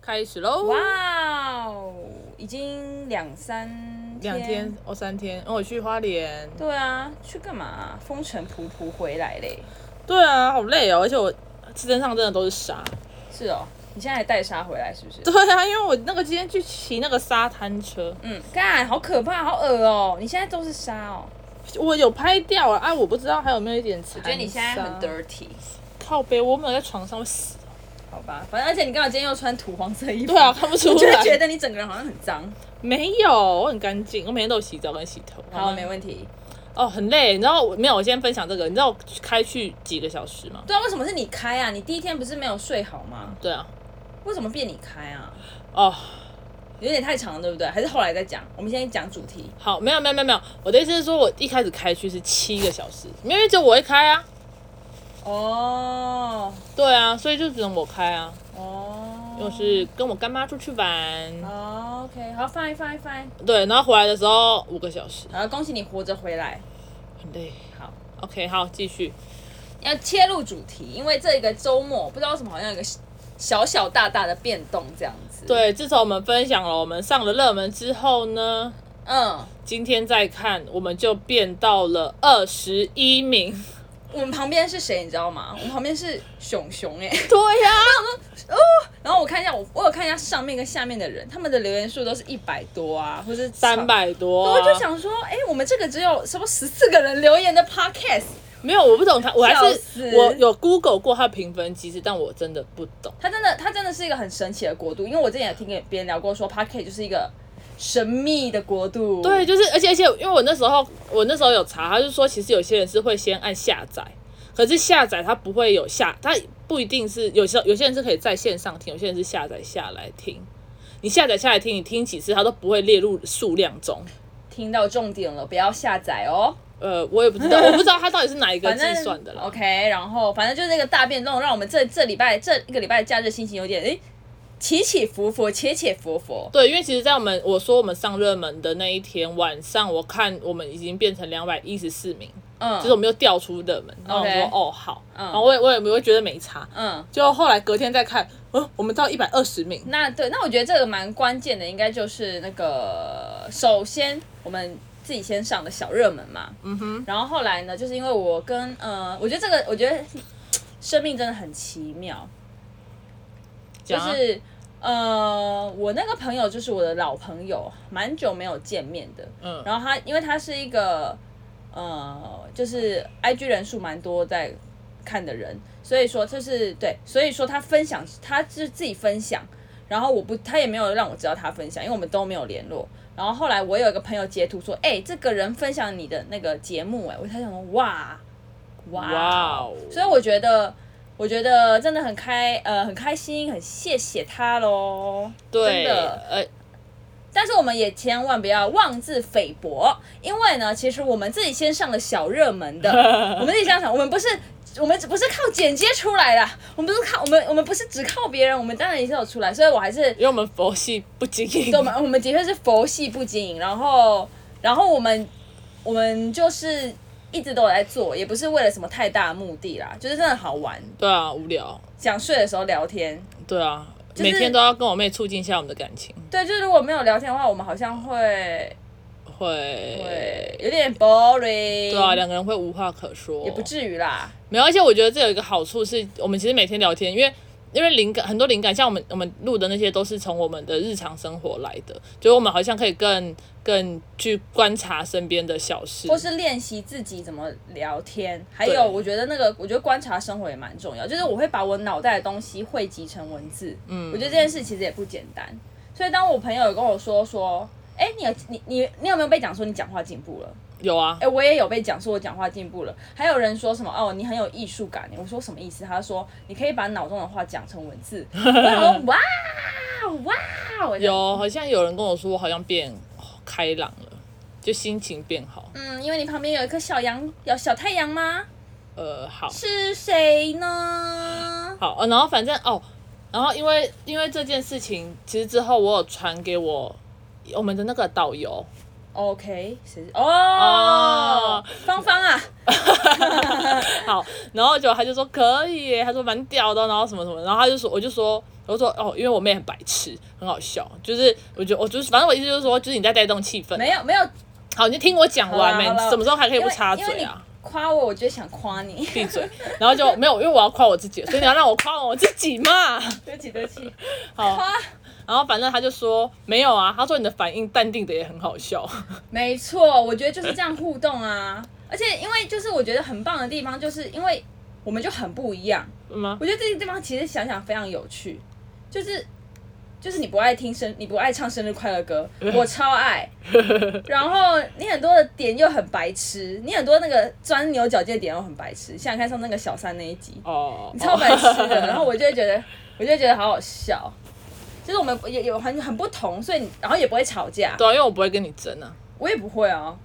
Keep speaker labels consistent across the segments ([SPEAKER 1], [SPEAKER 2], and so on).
[SPEAKER 1] 开始喽！
[SPEAKER 2] 哇哦，已经两三
[SPEAKER 1] 两天哦，三天，哦，我去花莲。
[SPEAKER 2] 对啊，去干嘛、风尘仆仆回来嘞。
[SPEAKER 1] 对啊，好累哦，而且我身上真的都是沙。
[SPEAKER 2] 是哦，你现在还带沙回来是不是？
[SPEAKER 1] 对啊，因为我那个今天去骑那个沙滩车，
[SPEAKER 2] 嗯，干，好可怕，好恶哦！你现在都是沙哦。
[SPEAKER 1] 我有拍掉啊，啊我不知道还有没有一点残
[SPEAKER 2] 我觉得你现在很
[SPEAKER 1] 沙
[SPEAKER 2] dirty。
[SPEAKER 1] 靠背，我没有在床上会 死。
[SPEAKER 2] 好吧，反正而且你刚好今天又穿土黄色衣服，
[SPEAKER 1] 对啊，，看不出
[SPEAKER 2] 我就会
[SPEAKER 1] 来。
[SPEAKER 2] 觉得你整个人好像很脏。
[SPEAKER 1] 没有，我很干净，我每天都有洗澡跟洗头。
[SPEAKER 2] 好，没问题。
[SPEAKER 1] 哦，很累，你知道我没有？我先分享这个，你知道我开去几个小时吗？
[SPEAKER 2] 对啊，为什么是你开啊？你第一天不是没有睡好吗？
[SPEAKER 1] 对啊，
[SPEAKER 2] 为什么变你开啊？
[SPEAKER 1] 哦，
[SPEAKER 2] 有点太长了，对不对？还是后来再讲？我们先讲主题。
[SPEAKER 1] 好，没有没有没有没有，我的意思是说，我一开始开去是七个小时，因为只有我会开啊，
[SPEAKER 2] 哦
[SPEAKER 1] 对啊，所以就只能我开啊，
[SPEAKER 2] 哦，
[SPEAKER 1] 又是跟我干妈出去玩，
[SPEAKER 2] 哦 OK，好，fine fine fine。
[SPEAKER 1] 对，然后回来的时候五个小时，
[SPEAKER 2] 好，恭喜你活着回来。
[SPEAKER 1] 很累。
[SPEAKER 2] 好，
[SPEAKER 1] OK，好，继续。
[SPEAKER 2] 要切入主题，因为这个周末不知道为什么好像有一个小小大大的变动这样子。，
[SPEAKER 1] 对，自从我们分享了我们上了热门之后呢，
[SPEAKER 2] 嗯，
[SPEAKER 1] 今天再看我们就变到了二十一名。
[SPEAKER 2] 我们旁边是谁你知道吗？我们旁边是熊熊哎、
[SPEAKER 1] 对呀、
[SPEAKER 2] 然后我看一下我我有看一下上面跟下面的人，他们的留言数都是一百多啊，或是
[SPEAKER 1] 三。百多、啊。
[SPEAKER 2] 我就想说，哎、我们这个只有什么十四个人留言的 podcast，
[SPEAKER 1] 没有，我不懂他，我还
[SPEAKER 2] 笑
[SPEAKER 1] 是
[SPEAKER 2] 死
[SPEAKER 1] 我有 Google 过他的评分机制，但我真的不懂。
[SPEAKER 2] 它真的，它真的是一个很神奇的国度。因为我之前也听给别人聊过说 p a r k e t 就是一个神秘的国度。
[SPEAKER 1] 对，，就是而且而且，因为我那时候我那时候有查，他就说其实有些人是会先按下载，可是下载他不会有下，他不一定是有时候有些人是可以在线上听，有些人是下载下来听。你下载下来听，你听几次，它都不会列入数量中。
[SPEAKER 2] 听到重点了，不要下载哦。
[SPEAKER 1] 呃，我也不知道，我不知道它到底是哪一个
[SPEAKER 2] 反
[SPEAKER 1] 计
[SPEAKER 2] 正哦
[SPEAKER 1] 算的啦。
[SPEAKER 2] OK，然后反正就是那个大变动，让我们这这礼拜这一个礼拜的假日心情有点诶起起伏伏，起起伏伏。
[SPEAKER 1] 对，因为其实，在我们我说我们上热门的那一天晚上，我看我们已经变成两百一十四名，
[SPEAKER 2] 嗯，
[SPEAKER 1] 就是我们又调出热门，然后我
[SPEAKER 2] OK
[SPEAKER 1] 说哦好，然后我也我也我也觉得没差，
[SPEAKER 2] 嗯，
[SPEAKER 1] 就后来隔天再看，嗯，我们到一百二十名，
[SPEAKER 2] 那对，那我觉得这个蛮关键的，应该就是那个首先我们自己先上的小热门嘛，嗯哼，然后后来呢，就是因为我跟呃，我觉得这个，我觉得生命真的很奇妙，就
[SPEAKER 1] 讲啊
[SPEAKER 2] 是呃，我那个朋友就是我的老朋友，蛮久没有见面的。
[SPEAKER 1] 嗯
[SPEAKER 2] 然后他，因为他是一个呃，就是 IG 人数蛮多在看的人，所以说就是对，所以说他分享，他是自己分享。然后我不，他也没有让我知道他分享，因为我们都没有联络。然后后来我有一个朋友截图说，哎、这个人分享你的那个节目、哎，我才想说，哇，哇
[SPEAKER 1] 哇哦
[SPEAKER 2] 所以我觉得，我觉得真的很开，呃，很开心，很谢谢他喽。真
[SPEAKER 1] 对，
[SPEAKER 2] 的
[SPEAKER 1] 呃，
[SPEAKER 2] 但是我们也千万不要妄自菲薄，因为呢，其实我们自己先上了小热门 的，我们自己想想，我们不是。我们只不是靠剪接出来的，我们不是靠我们我们不是只靠别人，我们当然也是有出来，所以我还是
[SPEAKER 1] 因为我们佛系不经营
[SPEAKER 2] 对，，我们我们的确是佛系不经营，然后然后我们我们就是一直都有在做，也不是为了什么太大的目的啦，就是真的好玩，
[SPEAKER 1] 对啊，无聊，
[SPEAKER 2] 想睡的时候聊天。
[SPEAKER 1] 对啊，
[SPEAKER 2] 就是
[SPEAKER 1] 每天都要跟我妹促进一下我们的感情，
[SPEAKER 2] 对，就是如果没有聊天的话，我们好像会
[SPEAKER 1] 会，
[SPEAKER 2] 会有点 boring，
[SPEAKER 1] 对啊，两个人会无话可说，
[SPEAKER 2] 也不至于啦。
[SPEAKER 1] 没有，而且我觉得这有一个好处是，我们其实每天聊天，因为因为灵感很多灵感，像我们我们录的那些都是从我们的日常生活来的，就是我们好像可以更更去观察身边的小事
[SPEAKER 2] 或。是练习自己怎么聊天，还
[SPEAKER 1] 对
[SPEAKER 2] 有我觉得那个，我觉得观察生活也蛮重要，就是我会把我脑袋的东西汇集成文字，嗯，我觉得这件事其实也不简单。所以当我朋友有跟我说说，哎、你有你你你有没有被讲说你讲话进步了？
[SPEAKER 1] 有啊
[SPEAKER 2] 哎、，我也有被讲说我讲话进步了，还有人说什么哦，你很有艺术感，我说什么意思？他说你可以把脑中的话讲成文字， 我想说哇哇，我就
[SPEAKER 1] 有，好像有人跟我说，我好像变哦开朗了，就心情变好。
[SPEAKER 2] 嗯，因为你旁边有一颗小阳，有小太阳吗？
[SPEAKER 1] 呃，好，
[SPEAKER 2] 是谁呢？
[SPEAKER 1] 好，呃然后反正哦，然后因为因为这件事情，其实之后我有传给我我们的那个导游，
[SPEAKER 2] OK，谁是？哦
[SPEAKER 1] 哦，
[SPEAKER 2] 芳芳啊，
[SPEAKER 1] 好，然后就他就说可以耶，他说蛮屌的，然后什么什么，然后他就说我就说我就说哦，因为我妹很白痴，很好笑，就是我觉得我就是反正我意思就是说，就是你在带动气氛。
[SPEAKER 2] 没有没有，
[SPEAKER 1] 好，你就听我讲完没？
[SPEAKER 2] 好啦好啦
[SPEAKER 1] 你什么时候还可以
[SPEAKER 2] 因
[SPEAKER 1] 不
[SPEAKER 2] 为
[SPEAKER 1] 插
[SPEAKER 2] 因为
[SPEAKER 1] 嘴
[SPEAKER 2] 你
[SPEAKER 1] 啊？
[SPEAKER 2] 夸我，我就想夸你。
[SPEAKER 1] 闭嘴！然后就没有，因为我要夸我自己，所以你要让我夸完我自己嘛。
[SPEAKER 2] 对不起对不起，
[SPEAKER 1] 好，
[SPEAKER 2] 夸
[SPEAKER 1] 然后反正他就说没有啊，他说你的反应淡定的也很好笑。
[SPEAKER 2] 没错，我觉得就是这样互动啊。而且因为就是我觉得很棒的地方，就是因为我们就很不一样。
[SPEAKER 1] 吗？
[SPEAKER 2] 我觉得这个地方其实想想非常有趣，就是就是你不爱听生，你不爱唱生日快乐 歌，我超爱。然后你很多的点又很白痴，你很多那个钻牛角尖的点又很白痴。想想看上那个小三那一集，
[SPEAKER 1] 哦，
[SPEAKER 2] 你超白痴的。然后我就会觉得，我就会觉得好好笑。就是我们也有很很不同，所以你然后也不会吵架，
[SPEAKER 1] 对啊，因为我不会跟你争啊，
[SPEAKER 2] 我也不会啊。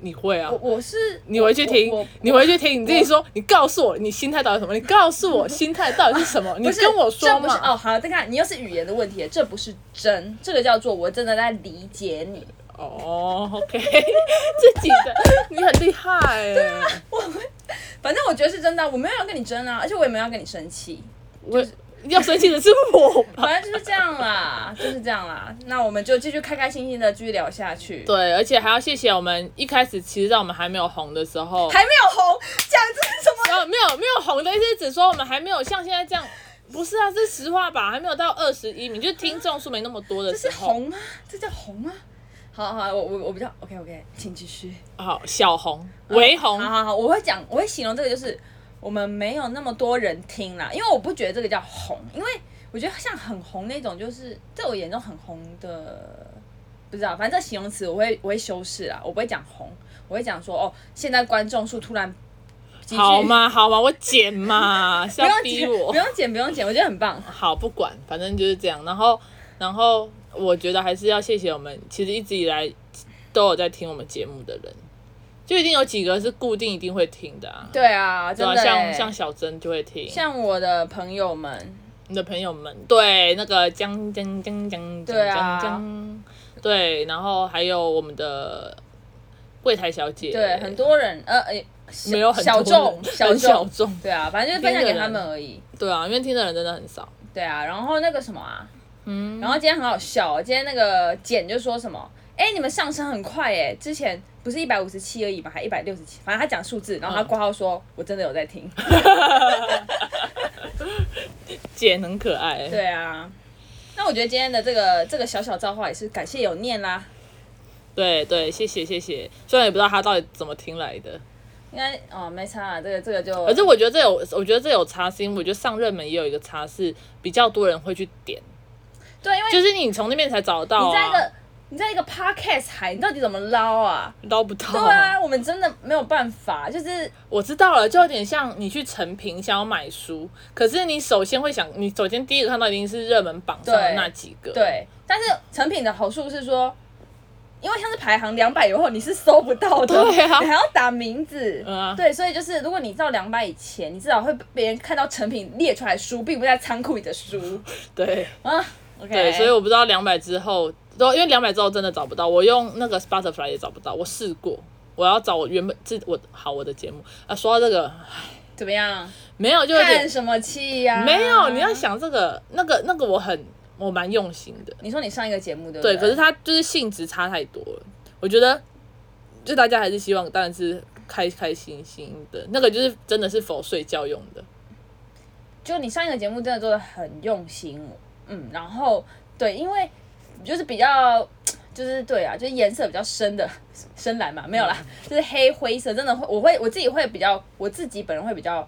[SPEAKER 1] 你会啊
[SPEAKER 2] 我。我是
[SPEAKER 1] 你回去听
[SPEAKER 2] 我我，
[SPEAKER 1] 你回去听，你自己说，你告诉我你心态到底是什么？你告诉 我心态到底是什么？你
[SPEAKER 2] 不是
[SPEAKER 1] 跟我说
[SPEAKER 2] 这不是
[SPEAKER 1] 嘛。
[SPEAKER 2] 哦，好，再看你又是语言的问题，这不是真，这个叫做我真的在理解你。
[SPEAKER 1] 哦，OK，自己的，你很厉害欸。
[SPEAKER 2] 啊反正我觉得是真的，我没有要跟你争啊，而且我也没有要跟你生气，
[SPEAKER 1] 我要生气的是我吧。
[SPEAKER 2] 反正就是这样啦，就是这样啦。那我们就继续开开心心的继续聊下去。，
[SPEAKER 1] 对，而且还要谢谢我们一开始，其实在我们还没有红的时候，
[SPEAKER 2] 还没有红，讲这是什么？
[SPEAKER 1] 然后没有没有红的意思是指说我们还没有像现在这样，不是啊，这是实话吧，还没有到二十一名，就是听众数没那么多的
[SPEAKER 2] 这
[SPEAKER 1] 时
[SPEAKER 2] 是
[SPEAKER 1] 候，
[SPEAKER 2] 红吗？这叫红吗？好好，我我我比较 OK OK，请继续。
[SPEAKER 1] 好小红、微红
[SPEAKER 2] 好，好好，我会讲，我会形容这个就是我们没有那么多人听啦，因为我不觉得这个叫红，因为我觉得像很红那种，就是在我眼中很红的，不知道，反正这形容词我会我会修饰啦，我不会讲红，我会讲说哦，现在观众数突然急剧
[SPEAKER 1] 好？嘛好嘛，我剪嘛，是
[SPEAKER 2] 不
[SPEAKER 1] 要
[SPEAKER 2] 用
[SPEAKER 1] 逼
[SPEAKER 2] 剪，
[SPEAKER 1] 我
[SPEAKER 2] 不。用剪，不用剪，我觉得很棒。
[SPEAKER 1] 好，不管，反正就是这样。然后，然后我觉得还是要谢谢我们，其实一直以来都有在听我们节目的人，就一定有几个是固定一定会听的啊。
[SPEAKER 2] 对啊，真
[SPEAKER 1] 对啊，
[SPEAKER 2] 的
[SPEAKER 1] 像
[SPEAKER 2] 欸、
[SPEAKER 1] 像小珍就会听，
[SPEAKER 2] 像我的朋友们，
[SPEAKER 1] 你的朋友们，对那个江江江江江
[SPEAKER 2] 对啊
[SPEAKER 1] 江江，对，然后还有我们的柜台小姐，
[SPEAKER 2] 对很多人，呃，哎小
[SPEAKER 1] 没有很
[SPEAKER 2] 小
[SPEAKER 1] 多
[SPEAKER 2] 众
[SPEAKER 1] 人，
[SPEAKER 2] 小
[SPEAKER 1] 很小
[SPEAKER 2] 众，
[SPEAKER 1] 众，
[SPEAKER 2] 对啊，反正就是分享
[SPEAKER 1] 听的
[SPEAKER 2] 给他
[SPEAKER 1] 人
[SPEAKER 2] 们而已。
[SPEAKER 1] 对啊，因为听的人真的很少，
[SPEAKER 2] 对啊，然后那个什么啊，
[SPEAKER 1] 嗯，
[SPEAKER 2] 然后今天很好笑哦，今天那个简就说什么，哎，你们上升很快哎，之前不是一百五十七而已嘛，还一百六十七，反正他讲数字，然后
[SPEAKER 1] 嗯
[SPEAKER 2] 他挂号说，我真的有在 听。
[SPEAKER 1] 姐很可爱，
[SPEAKER 2] 对啊，那我觉得今天的这个这个小小造化也是感谢有念啦，
[SPEAKER 1] 对对，谢谢谢谢，虽然也不知道他到底怎么听来的，
[SPEAKER 2] 应该哦没差啊，这个这个就
[SPEAKER 1] 可是我觉得这有，我觉得这有差是因为我觉得上热门也有一个差是比较多人会去点，
[SPEAKER 2] 对，因为
[SPEAKER 1] 就是你从那边才找得到、
[SPEAKER 2] 你
[SPEAKER 1] 啊，
[SPEAKER 2] 在一个你在一个 podcast 海，你到底怎么捞啊？
[SPEAKER 1] 捞不到、
[SPEAKER 2] 对啊，我们真的没有办法，就是
[SPEAKER 1] 我知道了，就有点像你去成品想要买书，可是你首先会想，你首先第一个看到一定是热门榜上的
[SPEAKER 2] 对
[SPEAKER 1] 那几个。，
[SPEAKER 2] 对，但是成品的好处是说，因为像是排行两百以后你是搜不到的，
[SPEAKER 1] 对啊
[SPEAKER 2] 你还要打名字，
[SPEAKER 1] 嗯啊
[SPEAKER 2] 对，所以就是如果你到两百以前，你至少会被别人看到成品列出来的书，并不是在仓库里 的书
[SPEAKER 1] 对
[SPEAKER 2] 啊。OK，
[SPEAKER 1] 对，所以我不知道两百之后，都因为两百之后真的找不到，我用那个 Spotify 也找不到，我试过，我要找我原本自我好我的节目啊，说到这个
[SPEAKER 2] 怎么样？
[SPEAKER 1] 没有就有
[SPEAKER 2] 叹
[SPEAKER 1] 点
[SPEAKER 2] 什么气呀、
[SPEAKER 1] 没有，你要，想这个那个那个我很我蛮用心的，
[SPEAKER 2] 你说你上一个节目对不啊
[SPEAKER 1] 对，
[SPEAKER 2] 对？
[SPEAKER 1] 可是它就是性质差太多了。我觉得，就大家还是希望，当然是开开心心的。那个就是真的是否睡觉用的，
[SPEAKER 2] 就你上一个节目真的做的很用心，嗯，然后对，因为就是比较就是对啊，就是颜色比较深的深蓝嘛，没有啦，
[SPEAKER 1] 嗯
[SPEAKER 2] 就是黑灰色，真的会我会我自己会比较我自己本人会比较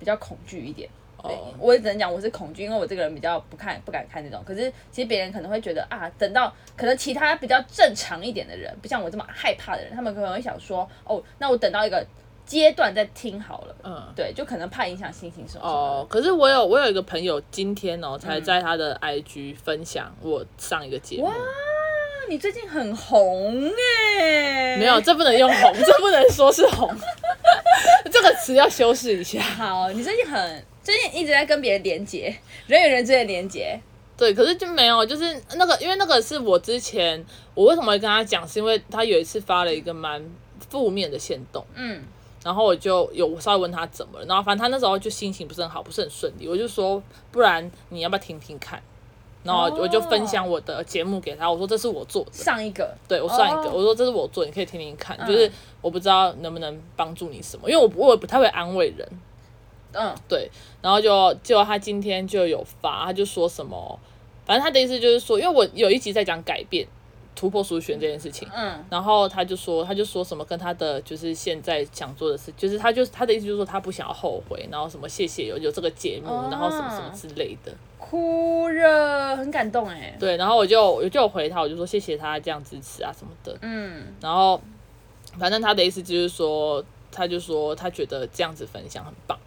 [SPEAKER 2] 比较恐惧一点。对
[SPEAKER 1] 哦，
[SPEAKER 2] 我也只能讲我是恐惧，因为我这个人比较不看不敢看这种。可是其实别人可能会觉得啊，等到可能其他比较正常一点的人，不像我这么害怕的人，他们可能会想说，哦，那我等到一个阶段再听好了。
[SPEAKER 1] 嗯。
[SPEAKER 2] 对，就可能怕影响心情什么什么的。
[SPEAKER 1] 哦，可是我有我有一个朋友，今天
[SPEAKER 2] 嗯
[SPEAKER 1] 哦才在他的 IG 分享我上一个节目，
[SPEAKER 2] 哇，你最近很红哎、
[SPEAKER 1] 没有，这不能用红， 这不能说是红，这个词要修饰一下。
[SPEAKER 2] 好，你最近很最近一直在跟别人连接，人与人之间的连接。
[SPEAKER 1] 对，可是就没有，就是那个，因为那个是我之前我为什么会跟他讲，是因为他有一次发了一个蛮负面的线动，
[SPEAKER 2] 嗯，
[SPEAKER 1] 然后我就有稍微问他怎么了，然后反正他那时候就心情不是很好，不是很顺利，我就说不然你要不要听听看？然后我就分享我的节目给他，我说这是我做的，
[SPEAKER 2] 上一个，
[SPEAKER 1] 对我算一个
[SPEAKER 2] 哦哦
[SPEAKER 1] 我说这是我做，你可以听听看，
[SPEAKER 2] 嗯
[SPEAKER 1] 就是我不知道能不能帮助你什么，因为我不我也不太会安慰人，
[SPEAKER 2] 嗯，
[SPEAKER 1] 对，然后就结果他今天就有发，他就说什么，反正他的意思就是说，因为我有一集在讲改变、突破舒适圈这件事情，
[SPEAKER 2] 嗯，
[SPEAKER 1] 然后他就说，他就说什么跟他的就是现在想做的事，就是他就他的意思就是说他不想要后悔，然后什么谢谢有有这个节目，然后什么什么之类的，
[SPEAKER 2] 哭热，很感动哎，
[SPEAKER 1] 对，然后我就我就有回他，我就说谢谢他这样支持啊什么的，
[SPEAKER 2] 嗯，
[SPEAKER 1] 然后反正他的意思就是说，他就说他觉得这样子分享很棒，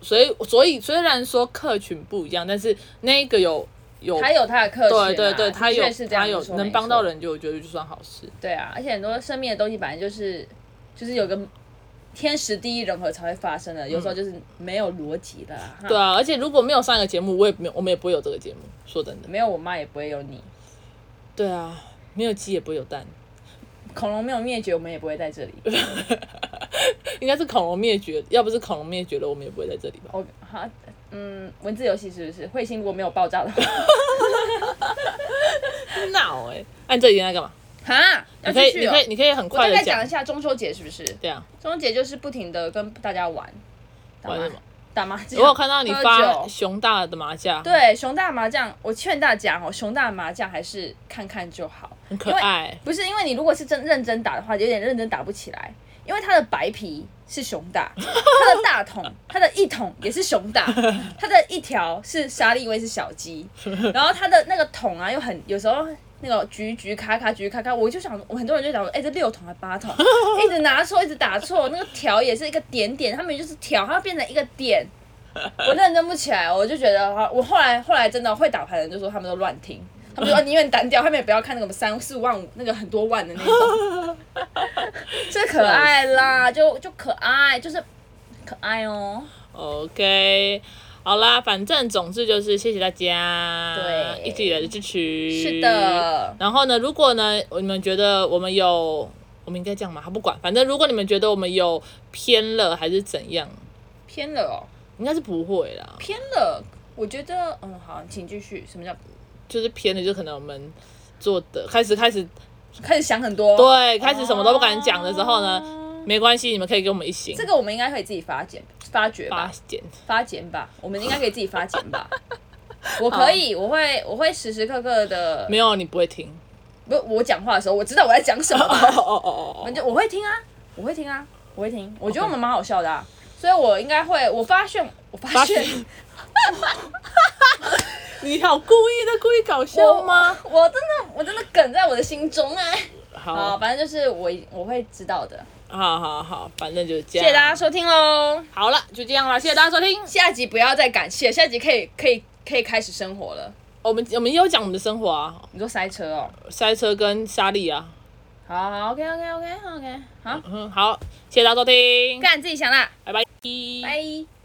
[SPEAKER 1] 所以所以虽然说客群不一样，但是那个有有
[SPEAKER 2] 他有他的客群啊，
[SPEAKER 1] 对对对，他
[SPEAKER 2] 的
[SPEAKER 1] 有
[SPEAKER 2] 确是这样
[SPEAKER 1] 他有
[SPEAKER 2] 说
[SPEAKER 1] 能帮到，
[SPEAKER 2] 没
[SPEAKER 1] 人，就我觉得就算好事。
[SPEAKER 2] 错对啊，而且很多生命的东西本来就是就是有个天时地利人和才会发生的，有时候就是没有逻辑的啦，哈
[SPEAKER 1] 嗯对，啊，而且如果没有上一个节目，我也没有我们也不会有这个节目。说真的，
[SPEAKER 2] 没有我妈也不会有你，
[SPEAKER 1] 对啊，没有鸡也不会有蛋，
[SPEAKER 2] 恐龙没有灭绝，我们也不会在这里。
[SPEAKER 1] 应该是恐龙灭绝，要不是恐龙灭绝了，我们也不会在这里吧？
[SPEAKER 2] 我哈，嗯，文字游戏是不是？彗星如果没有爆炸 的话，
[SPEAKER 1] 闹哎、按、这几天在干嘛？
[SPEAKER 2] 哈，
[SPEAKER 1] 你
[SPEAKER 2] 要
[SPEAKER 1] 可
[SPEAKER 2] 继
[SPEAKER 1] 以，
[SPEAKER 2] 续
[SPEAKER 1] 你
[SPEAKER 2] 哦
[SPEAKER 1] 可以，。你可以很
[SPEAKER 2] 我大
[SPEAKER 1] 快
[SPEAKER 2] 概
[SPEAKER 1] 的
[SPEAKER 2] 讲一
[SPEAKER 1] 讲，
[SPEAKER 2] 下中秋节是不是？
[SPEAKER 1] 对啊，
[SPEAKER 2] 中秋节就是不停的跟大家玩，打
[SPEAKER 1] 玩
[SPEAKER 2] 麻
[SPEAKER 1] 什么？
[SPEAKER 2] 打麻将。
[SPEAKER 1] 我有看到你发
[SPEAKER 2] 喝酒
[SPEAKER 1] 熊大的麻将，
[SPEAKER 2] 对熊大麻将，我劝大家哦，熊大麻将还是看看就好，
[SPEAKER 1] 很可爱。
[SPEAKER 2] 不是因为你如果是真认真打的话，有点认真打不起来，因为它的白皮是熊大，它的大桶，它的一桶也是熊大，它的一条是沙利威是小鸡，然后它的那个桶啊又很有时候。那个局局卡卡局卡卡，我就想，我很多人就想说，哎、这六桶还八桶，一直拿错，一直打错，那个条也是一个点点，他们就是条，它变成一个点，我认真不起来，我就觉得啊，我后来后来真的会打牌的人就说他们都乱听，他们就说哦宁愿单调，他们也不要看那个什么三四万五那个很多万的那种，这可爱啦，就就可爱，就是可爱哦。
[SPEAKER 1] OK，好啦，反正总之就是谢谢大家，
[SPEAKER 2] 对
[SPEAKER 1] 一直以来的支持。
[SPEAKER 2] 是。的，
[SPEAKER 1] 然后呢，如果呢，你们觉得我们有，我们应该这样吗？他不管，反正如果你们觉得我们有偏了还是怎样，
[SPEAKER 2] 偏了哦，
[SPEAKER 1] 应该是不会啦，
[SPEAKER 2] 偏了。我觉得，嗯，好，请继续。什么叫
[SPEAKER 1] 就是偏的，就可能我们做的开始开始
[SPEAKER 2] 开始想很多？，哦
[SPEAKER 1] 对，开始什么都不敢讲的时候呢，没关系，你们可以给我们一星
[SPEAKER 2] 这个我们应该可以自己发检发掘吧
[SPEAKER 1] 八。点。
[SPEAKER 2] 发简吧，我们应该可以自己发简 吧。我可以，我会，我会时时刻刻的，
[SPEAKER 1] 没有，你不会听。
[SPEAKER 2] 不，我讲话的时候我知道我在讲什么 嘛，
[SPEAKER 1] 哦哦哦
[SPEAKER 2] 我
[SPEAKER 1] 哦，
[SPEAKER 2] 就我会听啊，我会听啊，我会听。我觉得我们蛮好笑的啊，所以我应该会，我发现，我发现
[SPEAKER 1] 发， 你好故意的，故意搞笑吗？
[SPEAKER 2] 我真的，我真的梗在我的心中哎、好，
[SPEAKER 1] 好，
[SPEAKER 2] 反正就是我我会知道的。
[SPEAKER 1] 好好好，反正就是这
[SPEAKER 2] 谢
[SPEAKER 1] 样。
[SPEAKER 2] 谢大家。收听喽，
[SPEAKER 1] 好了，就这样了，谢谢大家收听。
[SPEAKER 2] 下集不要再感谢，下集可以可以可以开始生活了。
[SPEAKER 1] 我们我们也有讲我们的生活啊，
[SPEAKER 2] 你说塞车哦，
[SPEAKER 1] 塞车跟沙粒啊。
[SPEAKER 2] 好好 OK OK OK OK，好，
[SPEAKER 1] 嗯，好，谢谢大家收听，
[SPEAKER 2] 干自己想啦，
[SPEAKER 1] 拜拜。
[SPEAKER 2] 拜。